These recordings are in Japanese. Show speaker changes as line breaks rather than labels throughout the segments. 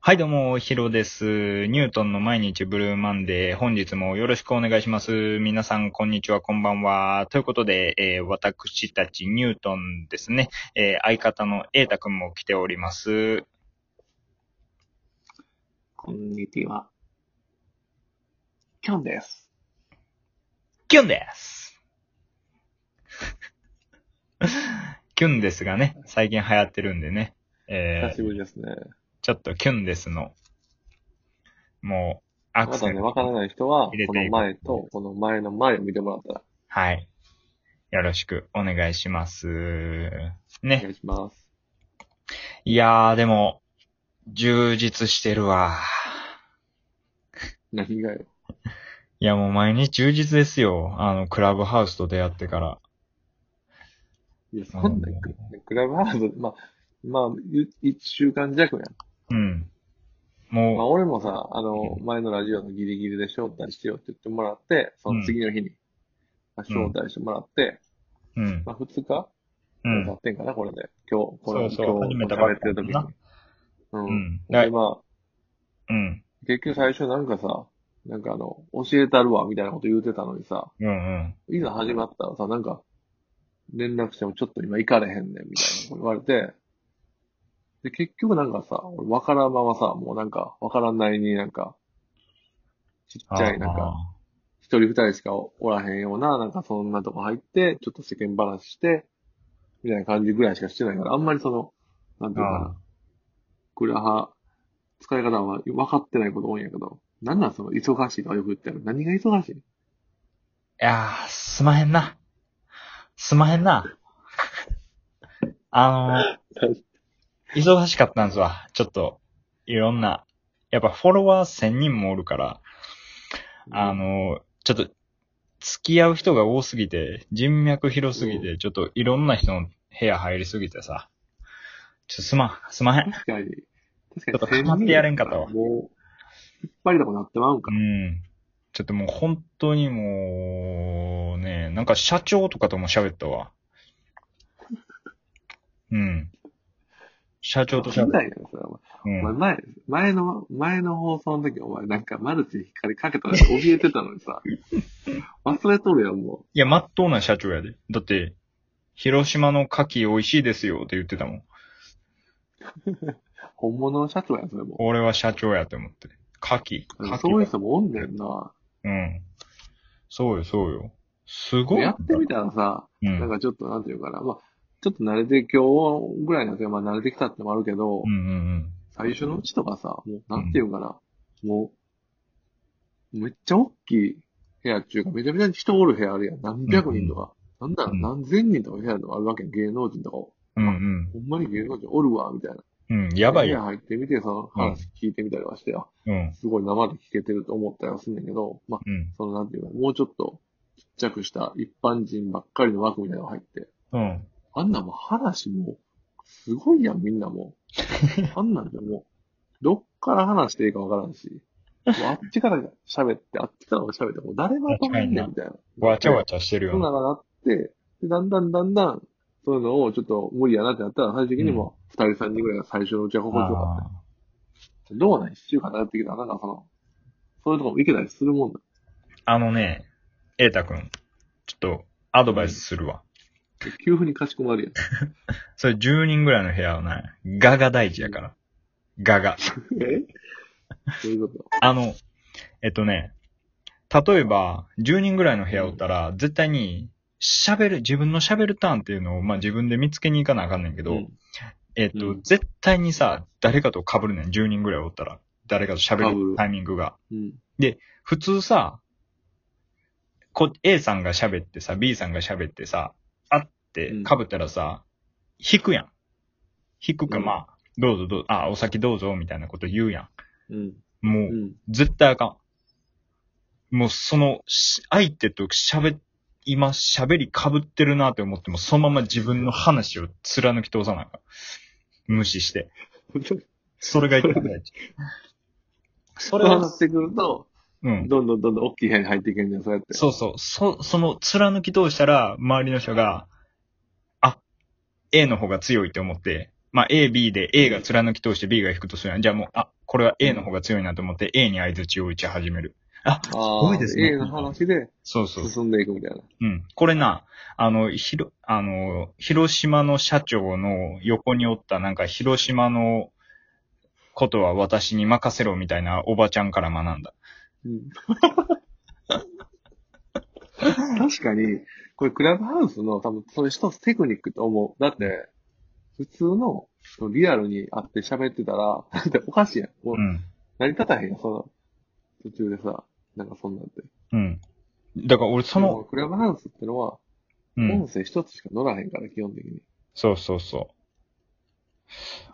はい、どうも、ヒロです。ニュートンの毎日ブルーマンデー、本日もよろしくお願いします。皆さん、こんにちは、こんばんは。ということで、えー私たちニュートンですね、えー相方の瑛太くんも来ております。
こんにちは。キョンです。
キュンです キュンですがね、最近流行ってるんでね、え
久
ー
しぶりですね。
ちょっとキュンですの、もう、ア
ま
クセ
だ
ン
ね、
ト
わからない人は、こ
入れて
の
いく
前と、この前の前を見てもらったら、
はい。よろしくお願いします。
お
ね。
願いします。
いやー、でも、充実してるわ。
何がよ。
いや、もう毎日充実ですよ。あの、クラブハウスと出会ってから。
いや、そんな、クラブハウス、まあ、まあ、ゆ一週間弱やん。
うん。
まあ、
も
俺もさ、あの
う、ん
前のラジオのギリギリで招待しようって言ってもらって、その次の日に、まあ招待してもらって、
う、うん。
まあ、二日
うん
経。ってんかな、これで。今日、この、
そうそう
今
始
日
めたばっ
喋っ
か
て
り
る時
だ
に
な。
う。
うんん。だ
で、まあ、
うん。
結局最初なんかさ、なんかあの、教えたるわ、みたいなこと言うてたのにさ、
うんうん。
いざ始まったらさ、なんか、連絡してもちょっと今行かれへんねん、みたいなこと言われて、で、結局なんかさ、俺わからんままさ、もうなんか、わからんないになんか、ちっちゃいなんか、
あ
一人二人しかおらへんような、なんかそんなとこ入って、ちょっと世間話して、みたいな感じぐらいしかしてないから、あんまりその、なんて
ー
いうかな
あ、
クラハ、使い方は分かってないこと多いんやけど、なんなんその忙しいとかよく言ってる。何が忙しい
ー。いやー、すまへんな。すまへんな。あのー、忙しかったんですわ。ちょっと、いろんな。やっぱフォロワー1000人もおるから、あ、の、ちょっと、付き合う人が多すぎて、人脈広すぎて、ちょっといろんな人の部屋入りすぎてさ。ちょっとすまん、すまへん。
確かに。
ちょっと
確かに。
ハマってやれんかったわ
もう、引っ張りとこなってまうん
う
か。
ん。ちょっともう本当にもう、ね、なんか社長とかとも喋ったわ。うん。社長と喋
聞
っ
き
た
た。いやろそれは
う
お
ん
前、前、前の、前の放送の時、お前なんかマルチに光かけたら怯えてたのにさ、忘れとるやん、も
いや、まっとうな社長やで。だって、広島の牡蠣美味しいですよって言ってたもん。
う。本物の社長やん、それも。
俺は社長やと思って。牡蠣。牡蠣
そういう人もおんねんな。
うん。そうよ、そうよ。すごい。
やってみたらさ、
う
なん
ん。
かちょっと、なんていうかな、まあ、ちょっと慣れて、今日ぐらいなんか、まあ慣れてきたってのもあるけど、
うんうん
最初のうちとかさ、もう、なんていうかな、もう、めっちゃ大きい部屋っていうか、めちゃめちゃ人おる部屋あるやん。何百人とか、なんなら
うん
何千人とか部屋とかあるわけやん。芸能人とかを。
うん。うん
ほんまに芸能人おるわ、みたいな。
うん。うん、やばい
部屋
よ。
入ってみて、その話聞いてみたりはして、あ
うん。
すごい生で聞けてると思ったりはするんだけど、まあ、
うん。
その、なんていうか、もうちょっと、ちっちゃくした一般人ばっかりの枠みたいなのが入って、
うん。
あんなもん話も、すごいやん、みんなもう。 あんなんでもう、どっから話していいかわからんし、もうあっちから喋って、あっちからも喋って、もう誰が止めんねん、みたいな。
わちゃわ
ち
ちゃしてる
ゃ。そ
よ
ん
な。
なのがなって、でだんだんだんだん、そういうのをちょっと無理やなってなったら、最終的にもう二人三人ぐらいが最初のうちは心地よかっ
あ
た。どうなん一週間なってきたら、なんかその、そういうとこも行けたりするもんだ。
ーあのね、瑛太くん。ちょっと、アドバイスするわ。
急にかしこまるやん。
それ10人ぐらいの部屋はない。ガが大事やから。ガが。
えそういうこと。
あの、えっとね、例えば、10人ぐらいの部屋おったら、絶対に、喋る、自分の喋るターンっていうのを、まあ、自分で見つけに行かなあかんねんけど、
うん
えっと、
うん
絶対にさ、誰かと被るねん、10人ぐらいおったら。誰かと喋
被
る
る
タイミングが。
うん。
普通さ、こ、A さんが喋ってさ、B さんが喋ってさ、あって
うん
被ったらさ、引くやん。引くか、
うん
まあ、どうぞどうぞ、あ、お先どうぞ、みたいなこと言うや
うん。
ん。もう、
うん。
絶対あかん。もうその、し相手と喋、今喋り被ってるなって思っても、そのまま自分の話を貫き通さないかん無視して。それが一番大事。そ
そ
れ
れをな
は
っ、てくると、
うん。
どんどんどんどん大きい部屋に入っていけんねん、そうやって。
そうそう。そ、その貫き通したら、周りの人が、あ、A の方が強いって思って、まあ A、B で A が貫き通して B が引くとするやん。じゃあもう、あ、これは A の方が強いなと思って A に相槌を打ち始める。あ、すごいですね。
A の話で
そうそう。
進んでいくみたいな。
うん。これな、あの、ひろ、あの、広島の社長の横におった、なんか広島のことは私に任せろみたいなおばちゃんから学んだ。
うん。確かに、これクラブハウスの多分それ一つテクニックと思う。だって、普通のそのリアルに会って喋ってたら、 だっておかしいやん。もう
うん。
成り立たへんやん、その、途中でさ、なんかそんなんて。
うん。だから俺そ
でも
の、
クラブハウスってのは、
うん。
音声一つしか乗らへんから、基本的に。
そうそうそ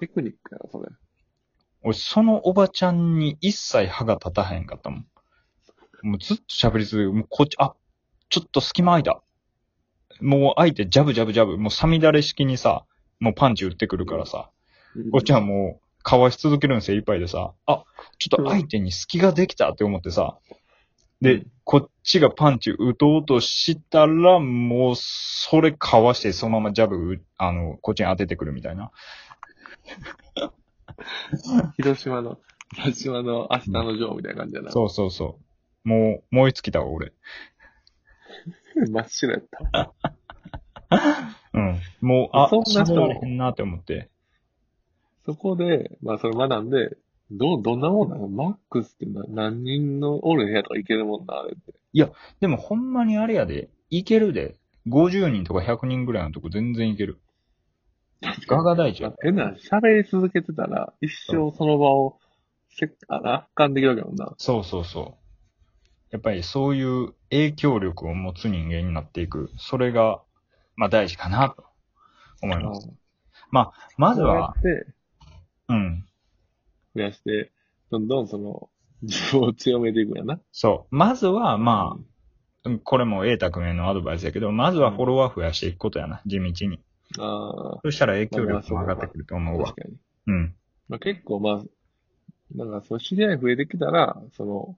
テクニックやな、それ。
う。俺そのおばちゃんに一切歯が立たへんかったもん。もうずっと喋り続け、もうこっち、あ、ちょっと隙間空いた。もう相手ジャブジャブジャブ、もうサミダレ式にさ、もうパンチ打ってくるからさ。こっちは
ん。
もう、かわし続けるん精一杯でさ、あ、ちょっと相手に隙ができたって思ってさ、
う
で
ん、
こっちがパンチ打とうとしたら、もう、それかわして、そのままジャブ打、あの、こっちに当ててくるみたいな。
広島の、広島の明日のジョーみたいな感じやな。
そうそうそう。もう、燃え尽きたわ、俺。
真っ白やった。
うん。もう、あ、
そんな人
喋られへんなって思って。
そこで、まあそれ学んで、どう、どんなもんなのマックスってな何人のおる部屋とか行けるもんな、あれって。
でも、ほんまにあれやで、いけるで。50人とか100人ぐらいのとこ全然いける。ガガ大
まあ
丈、
変な、喋り続けてたら、一生その場を、せっか、あ、圧巻できるわけやもんな。
そうそうそう。やっぱりそういう影響力を持つ人間になっていく。それが、まあ大事かなと思います。まずは、
そうやって、
うん。
増やして、どんどんその、自分を強めていくんやな。
そう。まずは、まあ、これも瑛太君へのアドバイスやけど、まずはフォロワー増やしていくことやな、地道に。
あ
そしたら影響力も上がってくると
あ、
思うわ
確。かに。
うん。
まあ、結構まあ、なんかその知り合い増えてきたら、その、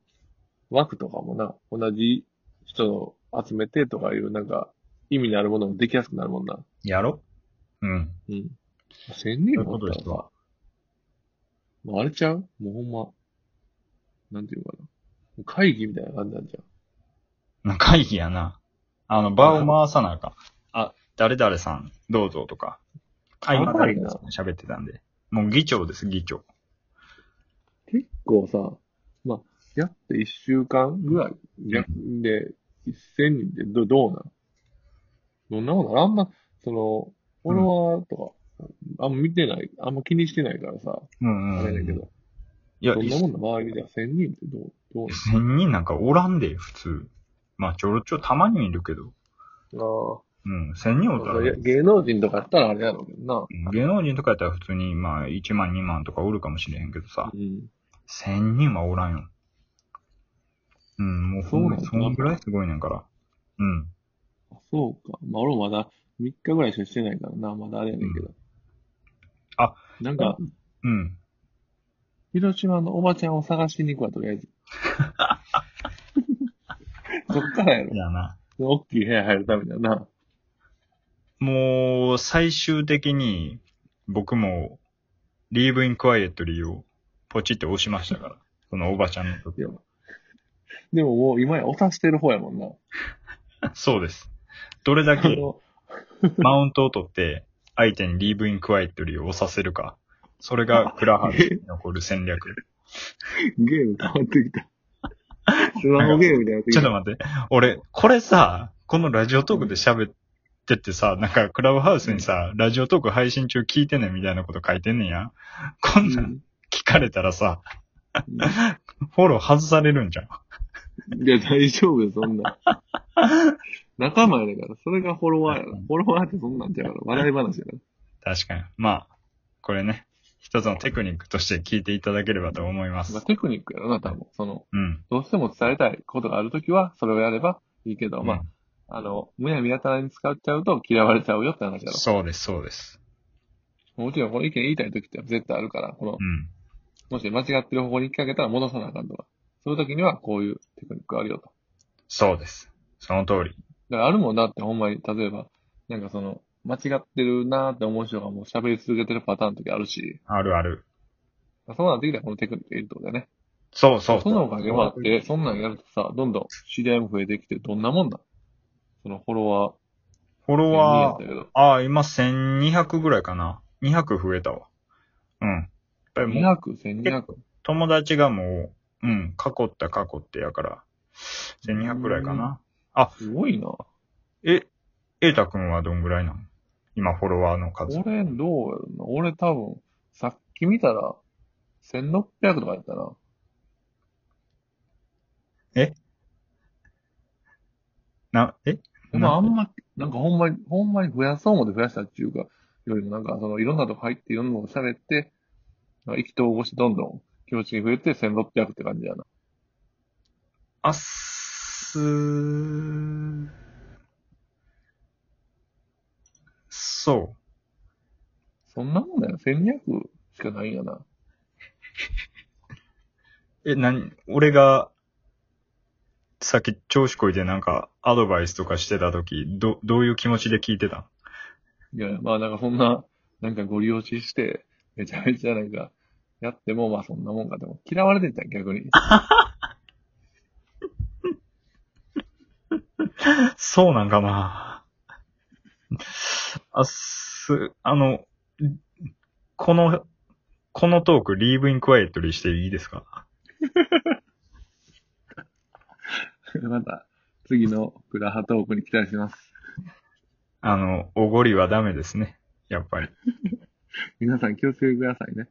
枠とかもな、同じ人を集めてとかいう、なんか、意味のあるものもできやすくなるもんな。
やろうん。
うん。千人もおっ
そういうことで
た
すわ
らさ、もうあれちゃうもうほんま、なんていうのかな。もう会議みたいな感じなんじゃん。
まあ会議やな。あの、場を回さなあかん。あ、誰々さん、どうぞとか。あ、今誰々さん喋ってたんで。もう議長です、議長。
結構さ、まあ、やって一週間ぐらいやで、一千人ってどどうなんどんなもんなのあんま、その、フォロワーとか、あんま見てない、あんま気にしてないからさ、
うん
あ
うん。
れだけど、
いや、
どんな
1000
もんなの周りでは千人ってどう、どう
人なんかおらんで、普通。まあ、ちょろちょろたまにいるけど。
な
うん、1000人おった
のああ、
ら、
芸能人とかやったらあれやろうけどな。
芸能人とかやったら普通に、まあ、1万2万とかおるかもしれへんけどさ、
うん。
1000人はおらんよ。うん、もうほんまにそ
そうなんだ
んぐらいすごいねんから。うん。
あそうか。まあ、俺もまだ3日ぐらいしかしてないからな、まだあれやねんけど。
あ、
なんか、
うん。
広島のおばちゃんを探しに行くわ、とりあえず。 そっからやろ。
やな。
大きい部屋入るためだな。
もう、最終的に、僕も、リーブインクワイエットリーを、ポチって押しました から。そのおばちゃんの
い
時
やでももう今や押さしてる方やもんな。
そうです。どれだ
あ
け、
の、
マウントを取って、相手にリーブインクワイエットリーを押させるか。それが、クラハウスに残る戦略。
ゲーム変わってき た。スマホゲームみたいになってき
ちょ
た。
っと待って。俺、これさ、このラジオトークで喋ってってさ、なんか、クラブハウスにさ、ラジオトーク配信中聞いてねみたいなこと書いてんねんや。こんなん聞かれたらさ、フォロー外されるんじゃん。
うんいや、大丈夫よ、そんな。仲間やねんから、それがフォロワーやろ。フォロワーってそんなんちゃうから、笑い話やろ。
確かに。まあ、これね、一つのテクニックとして聞いていただければと思いま
まあ、
す。
テクニックやろな、多分。その、
うん。
どうしても伝えたいことがあるときは、それをやればいいけど、まあ、あの、むやみやたらに使っちゃうと嫌われちゃうよって話
うん
だろ。
そうです、そうです。
もちろん、この意見言いたい時って絶対あるから、この
う、ん。
もし間違ってる方向に行きかけたら戻さなあかんとか。そういう時には、こういうテクニックあるよと。
そうです。その通り。
だからあるもんだって、ほんまに、例えば、なんかその、間違ってるなーって思う人がもう喋り続けてるパターンの時あるし、
あるある。
そうなってきたらこのテクニックがいるってことだよね。
そうそう。
そのおかげもあって、そんなんやるとさ、どんどん知り合いも増えてきて、どんなもんだそのフォロワー、
フォロ
1000やっ
ワ
た
ー、
けど。
ああ、今1200ぐらいかな。200増えたわ。うん。やっぱりもう、
200、1200。
友達がもう、うん、囲った囲ってやから、1200ぐらいかな。
すごいな。こ
え、エータ君はどんぐらいなの今、フォロワーの数。
れどうやろな。俺多分、さっき見たら、1600とかやったな。
な、え
まああんま、なんかほんまに、ほんまに増やそうもで増やしたっていうか、よりもなんかそのいろんなとこ入っていろんなこと喋って、なんか意気投合してどんどん気持ちに増えて1600って感じやな。
あっすー。そう。
そんなもんだよ。1200しかないんやな。
え、なに、俺が、さっき調子こいてなんかアドバイスとかしてた時、ど、どういう気持ちで聞いてたん
いや、まあなんかそんな、なんかご利用しして、めちゃめちゃなんか、やってもまあそんなもんか。でも嫌われてたよ逆に。
そうなんかなあっす、あの、この、このトーク、リーブインクワイエットにしていいですか
また、次のプラハトークに期待します。
あの、おごりはダメですね。やっぱり。
皆さん気をつけてくださいね。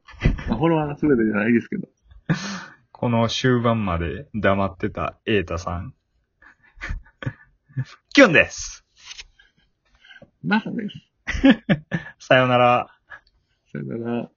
まあ、フォロワーが全てじゃないですけど。
この終盤まで黙ってたエータさん。キュンです
まさです。
さよなら。
さよなら。